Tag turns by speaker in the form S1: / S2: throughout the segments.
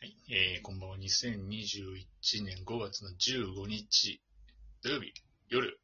S1: はい、えー、こんばんは。2021年5月の15日土曜日夜、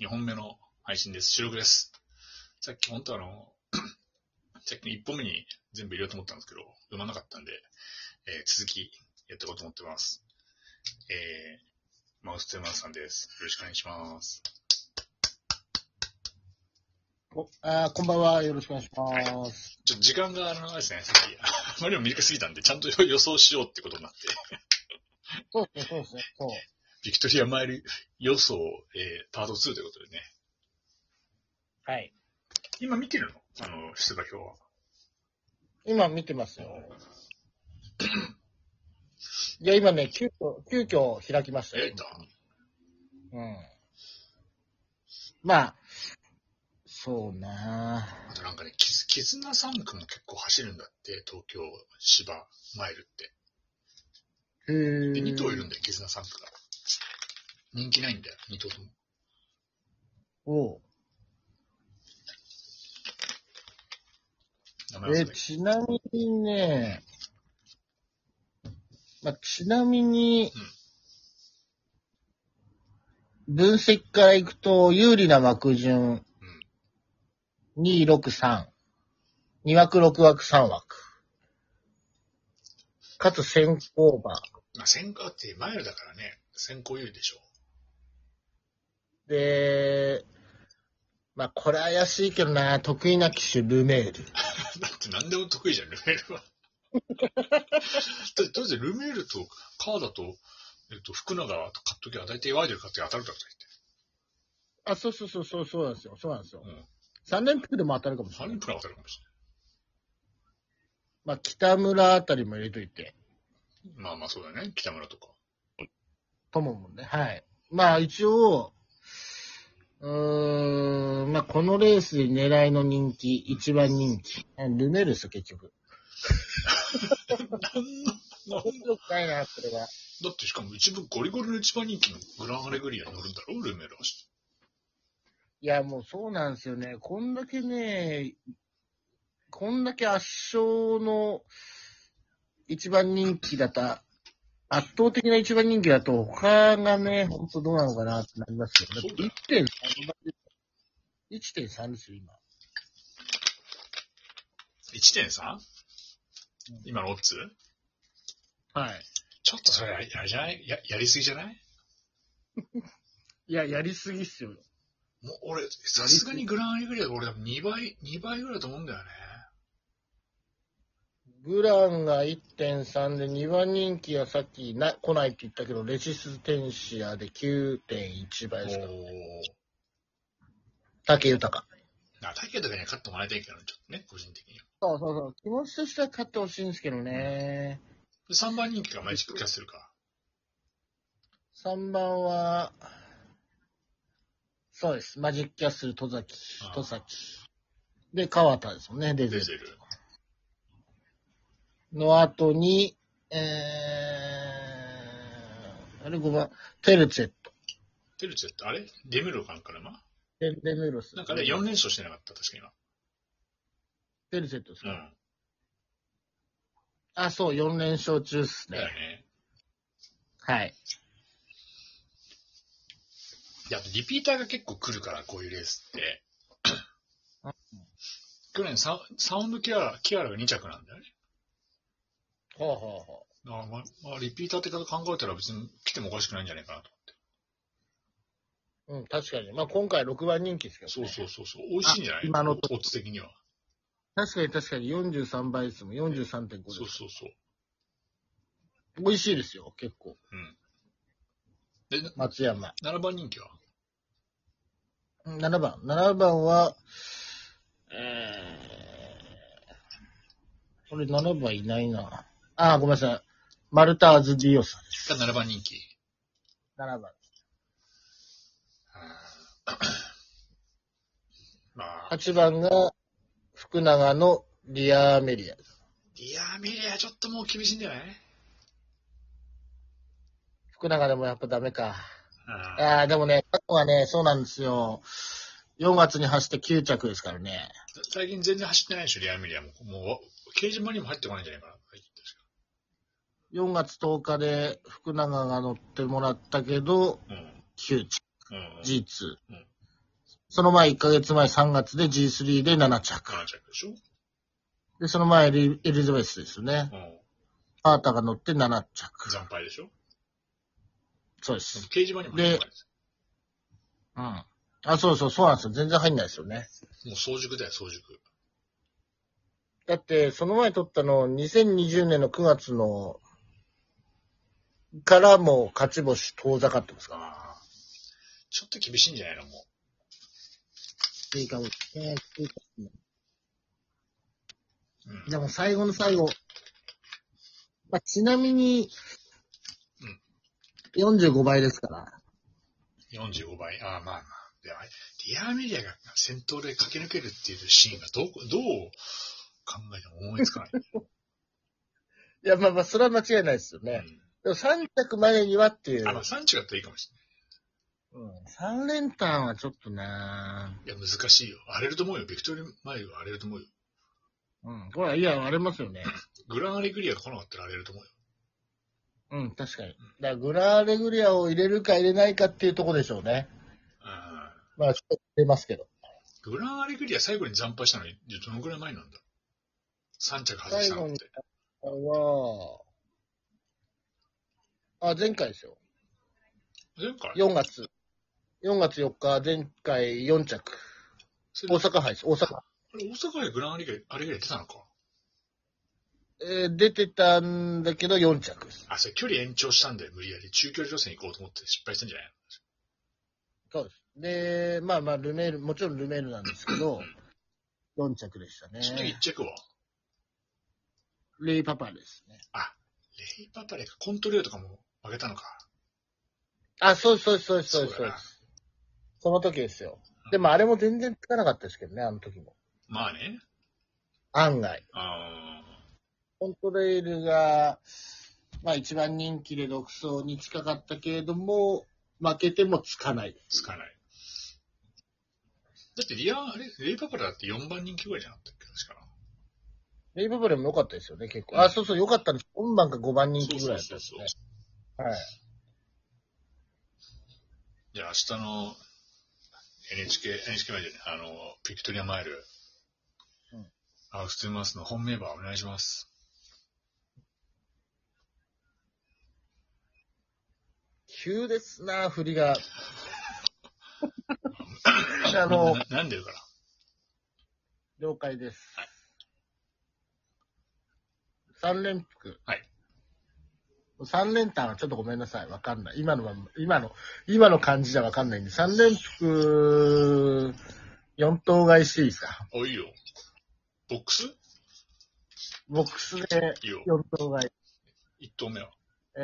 S1: 2本目の配信です。収録です。さっき本当あの、 さっきの1本目に全部入れようと思ったんですけど、読まなかったんで、えー続きやっていこうと思ってます。えー、マウステーマーさんです。よろしくお願いします。
S2: おあーこんばんは。よろしくお願いします。
S1: ちょっと時間があのあれですね、さっき、あまりにも短すぎたんで、ちゃんと予想しようってことになって、
S2: そうですね、そうですね。そう。
S1: ビクトリアマイル予想、えー、パート2ということでね、
S2: はい。
S1: 今見てるのあの、出馬表は。
S2: 今見てますよ。いや、今ね、急遽、急遽開きましたよ。
S1: えっと、
S2: うん。まあ、そうな
S1: あとなんかね、キズ絆3区も結構走るんだって、東京、芝、マイルって。
S2: ぁ。へ
S1: で、
S2: ー
S1: 2頭いるんだよ、絆3区が。人気ないんだよ、2頭とも。
S2: おう
S1: 名前忘
S2: え
S1: れ
S2: ー
S1: たけ
S2: ちなみにね、まあ、ちなみに、分析からいくと、有利な枠順、263。2枠6枠3枠。かつ先行馬。
S1: どまあ、先行ってマイルだからね、先行有利でしょ。
S2: で、まあ、これ怪しいけどな、得意な機種、ルメール。
S1: だって何でも得意じゃん、ルメールは。 だって、だってルメールとカーダと、えっと、福永と買っときゃ、大体ワイドで買って当たるだろ、
S2: あ、そうそうそうそう、そうなんですよ。そうなんですよ
S1: 大。体。
S2: 3連複でも当たるかもしれ
S1: うん。3
S2: ない
S1: 人。プラン当たるかもし
S2: まあ、北村あたりも入れといて。
S1: れない。まあまあ、そうだね、北村 とか。
S2: とも思うんで、はい。まあ一応、うーん、まあこのレースで狙いの人気、一番人気。あルメールですよ、結局。
S1: なんの
S2: 面白くないな、これは。
S1: だってしかも一部ゴリゴリの一番人気のグランアレグリアに乗るんだろルメール走って
S2: いや、もうそうなんですよね。こんだけね、こんだけ圧勝の一番人気だった、圧倒的な一番人気だと、他がね、ほんとどうなのかなってなりますよね。
S1: そうだよ
S2: 1.3倍。1.3ですよ、今。
S1: 1.3? 今のオッズ
S2: はい。
S1: ちょっとそれあれあれじゃないややりすぎじゃない
S2: いや、やりすぎっすよ。
S1: もう俺、さすがにグランアレグリア俺多分2倍、2倍ぐらいだと思うんだよね。
S2: グランが1.3で2番人気はさっきな来ないって言ったけど、レシステンシアで9.1
S1: お
S2: 倍ですか。
S1: ー。
S2: 竹豊。
S1: な、だけどね、勝ってもらいたいけどね、ちょっとね、個人的には。
S2: そうそうそう。気持ちとしては勝ってほしいんですけどね。
S1: で3番人気が毎日キャッスルか。
S2: 3番は、そうです。マジックキャッスル、戸崎
S1: あー、
S2: 戸崎。で、川田ですもんね、デ
S1: デ
S2: ゼ
S1: ゼ
S2: ル。
S1: ル。
S2: の後に、えー、あれ5番、テルツェット。
S1: テルツェってあれデメルカンからま
S2: レレムーロス。
S1: なんかね、4連勝してなかった、確か
S2: テルツェットですか
S1: 今。うん。
S2: あ、そう、4連勝中っすね。
S1: だよね。
S2: はい。
S1: で、あとリピーターが結構来るから、こういうレースって。去年サ、サウンドキアラ、キアラが2着なんだよね。
S2: ほうほうほ
S1: だからまあ、まあ、リピーターって考えたら別に来てもおかしくないんじゃないかなと
S2: う。うん、確かに。まあ、今回6番人気ですけど、ね。
S1: 思って。そうそうそうそう。美味しいんじゃない
S2: あ今の
S1: オッズ的には。
S2: 確かに確かに43倍ですもん。43.5で
S1: そう
S2: す。
S1: そうそう。
S2: 美味しいですよ、結構。
S1: で、な
S2: 松山。
S1: 7番人気は
S2: うん7番。7番は、えー、これ7番いないな。あー、ごめんなさい。マルターズ・ディオさんです。
S1: が7番人気。
S2: 7番。
S1: まあ、
S2: 8番が、福永のリアーメリア。
S1: いやー、ミレアちょっともう厳しいんじゃない
S2: 福永でもやっぱダメか。
S1: あ
S2: ああ、でもね、過去はね、そうなんですよ。4月に走って9着ですからね。
S1: ー最近全然走ってないでしょ、リアミリアも。もう、掲示板にも入ってこないんじゃないかな。
S2: 4月10日で福永が乗ってもらったけど、
S1: うん。
S2: 窮地、
S1: うん。
S2: G2
S1: うん。
S2: その前1ヶ月前3月で G3 で7着。
S1: 7着でしょ
S2: で、その前エリエリザベスですよね。
S1: うん。
S2: パーターが乗って7着。
S1: 惨敗でしょ
S2: そうで
S1: その
S2: す。
S1: 掲示板にも入ってこないです
S2: うん。あ、そうそう、そうなんですよ。全然入んないですよね。
S1: もう早熟だよ、早熟。
S2: だって、その前取ったの、2020年の9月の、からもう勝ち星遠ざかってますから。
S1: ああ。ちょっと厳しいんじゃないのも
S2: いいかもねいいかも
S1: う。うん。
S2: でも最後の最後。まあ、ちなみに、45倍ですから。
S1: 45倍。ああ、まあまあ。でもリアーメディアが戦闘で駆け抜けるっていうシーンがどう、どう考えても思いつかない。
S2: いや、まあまあ、それは間違いないですよね。
S1: う
S2: でも3着までにはってい
S1: ん、
S2: う。
S1: あ、まあ、3着だったらいいかもし
S2: 3連単はちょっとな
S1: れない。いや、難しいよ。荒れると思うよ。ビクトリーマイルは荒れると思うよ。
S2: うん。これは、いや、割れますよね。
S1: グランアレグリアが来なかったら荒れると思うよ。
S2: うん、確かに。だから、グラーレグリアを入れるか入れないかっていうとこでしょうね。まあ、ちょっと入れますけど。
S1: うん。グランアレグリア最後に惨敗したのに、どのぐらい前なんだ ?3 着外し
S2: 最
S1: たの
S2: 後
S1: っ
S2: に
S1: て。、
S2: あれは、あ、前回ですよ。
S1: 前回
S2: 4月。4月4日、前回4着。
S1: それ
S2: 大
S1: で
S2: 阪杯です、大阪。
S1: あれ大阪でグランアレグリアアレグリア出たのか
S2: えー出てたんだけど4着です。
S1: あ、それ距離延長したんで無理やり中距離路線行こうと思って失敗したんじゃない
S2: そうです。で、まあまあ、ルメール、もちろんルメールなんですけど、4着でした
S1: のその時
S2: ね
S1: 1。着は
S2: レイパパですね。
S1: レイパパレか、コントレーとかも負けたのか。
S2: あ、そうそうそうそう
S1: そ
S2: そ
S1: だ
S2: うう
S1: な
S2: その時ですよ。でもあれも全然つかなかったですけどね、あの時も。
S1: まあね。
S2: 案外。
S1: あ
S2: コントレイルが、まあ一番人気で独走に近かったけれども、負けてもつかない。
S1: ー、つかない。だってリア、あれ、レイパパレだって4番人気ぐらいじゃなかったっけ確か
S2: レイパパでも良かったですよね、結構。あ、そうそう、良かったんです。4番か5番人気ぐらいだったんですね
S1: そう。
S2: はい。
S1: じゃあ明日の NHK、NHK まで、あの、ビクトリアマイル、
S2: うん
S1: アウストゥーマスの本命馬お願いします。
S2: 急ですな、振り が。あの、
S1: ななんでるから。
S2: 了解です。三連複。
S1: はい。
S2: 三連単はちょっとごめんなさい。わかんない。今のは、今の、今の感じじゃわかんないんで、三連複、四等買いしていいですか
S1: おいいよ。ボックス
S2: ボックスで
S1: いいよ。
S2: 四等買い。
S1: 1投目は。
S2: え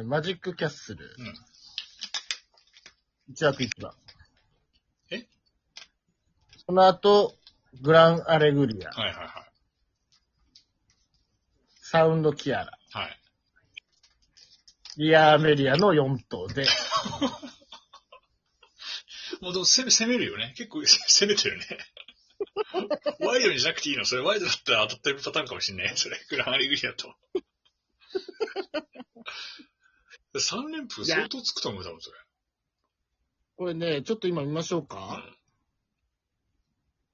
S2: ー、マジックキャッスル。
S1: うん
S2: 一枠一番。
S1: え
S2: その後、グランアレグリア、
S1: はいはいはい。
S2: サウンドキアラ、
S1: はい。
S2: リアーメリアの4頭で、
S1: もうでも攻め攻めるよね。結構 攻めて るね。ワイドにしなくていいのそれワイドだったら当たってるパターンかもしんない。それ、グランアレグリア と。3連符相当つくと思う、多分それ。
S2: これね、ちょっと今見ましょうか。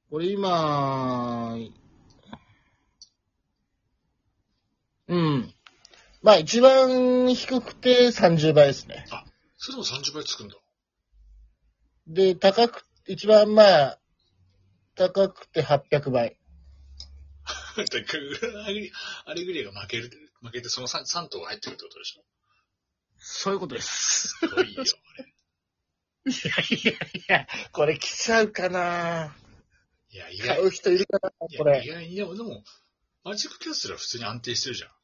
S2: これ今、うん。まあ一番低くて30倍ですね。
S1: それでも30倍つくんだ。
S2: で、高く、一番まあ、高くて800倍。
S1: だからグランアレグリアアレグリアが負ける、負けてその 3, 3頭が入ってるってことでしょ。
S2: そういうことです。
S1: すごいよ。
S2: いやいやいや、これ来ちゃうかない
S1: や、意
S2: 買
S1: 外、
S2: う人いるかないこれ
S1: や、意外に、でも、でも、マジックキャッスルは普通に安定してるじゃん。こ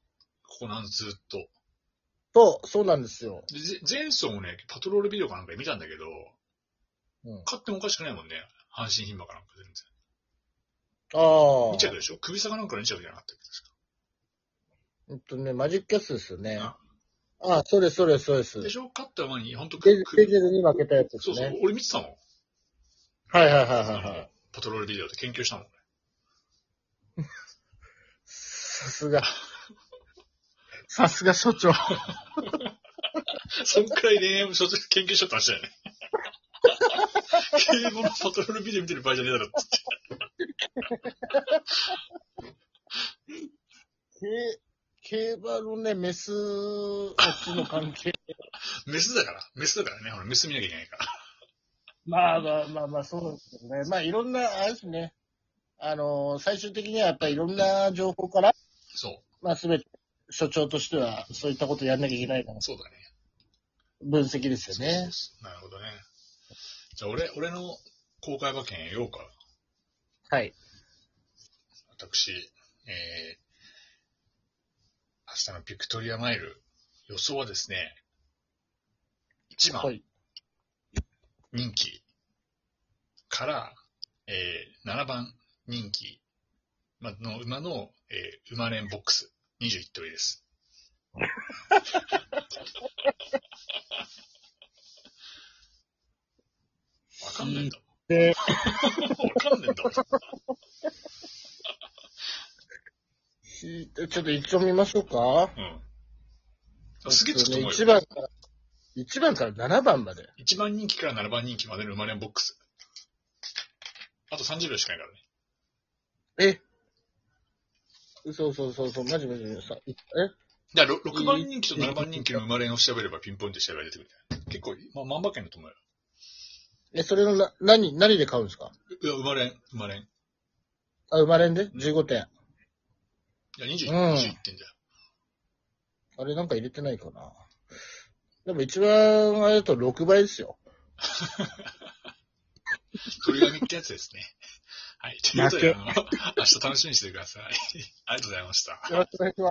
S1: こなんずっと。
S2: そう、そうなんですよ。
S1: でぜ前走もね、パトロールビデオかなんかで見たんだけど、
S2: うん
S1: 買ってもおかしくないもんね。阪神牝馬かなんか全然。
S2: ああ。
S1: 2着でしょ首差かなんかの2着じゃなかったっけ確か
S2: うんとね、マジックキャッスルですよね。
S1: あ
S2: ああ、そうです、そうです、そうです。
S1: でしょ勝った馬に、ほんと
S2: デジ
S1: 首、
S2: デジェルに負けたやつで
S1: そ
S2: す
S1: うそう
S2: ね。、
S1: 俺見てたもん。
S2: はいはいはいはいは
S1: あの
S2: い。
S1: パトロールビデオで研究したもん。
S2: さすが。さすが所長。
S1: そんくらい恋愛も所長研究しちゃった話 だよね。敬語のパトロールビデオ見てる場合じゃねえだろっつって。
S2: け競馬のね、メス、オスの関係。
S1: メスだから、メスだからね、ほら、メス見なきゃいけないから。
S2: まあまあまあまあ、そうなんですけどね。まあいろんな、あれですね。あの、最終的にはやっぱりいろんな情報から、
S1: そ
S2: まあすべて、所長としては、そういったことやんなきゃいけないから
S1: う、、そうだね。
S2: 分析ですよね。
S1: なるほどね。じゃあ、俺、俺の公開馬券言おうか。
S2: はい。
S1: 私、えー、明日のビクトリアマイル、予想はですね、1
S2: は
S1: 番
S2: い。
S1: 人気から、えー、7番人気まの馬の、えー、馬連ボックス、21頭入りです。 わかんないんだ。
S2: で、
S1: わかんないんだ。
S2: ひちょっと一応見ましょうか。
S1: うん。すげえつくと思うよ。
S2: 1番から、1番から7番まで。
S1: 1番人気から7番人気までの生まれんボックス。あと30秒しかないからね。
S2: えそうそうそうそう、マジマジマジ。さいえ
S1: じゃあ、6番人気と7番人気の生まれんを調べればピンポイントで調べら出てくるみたいな。結構、まあ、万馬券だと思うよ。
S2: え、それのな、何、何で買うんですか
S1: いや、生まれん、生まれん。い
S2: あ、生まれんで ?15 点。
S1: や、21、
S2: うん
S1: 21点だよ。
S2: あれなんか入れてないかな。でも一番あれだと6倍ですよ。
S1: 鳥紙ってやつですね。はい。ということで、あの明日楽しみにしてください。ありがとうございました。
S2: よろしくお願いします。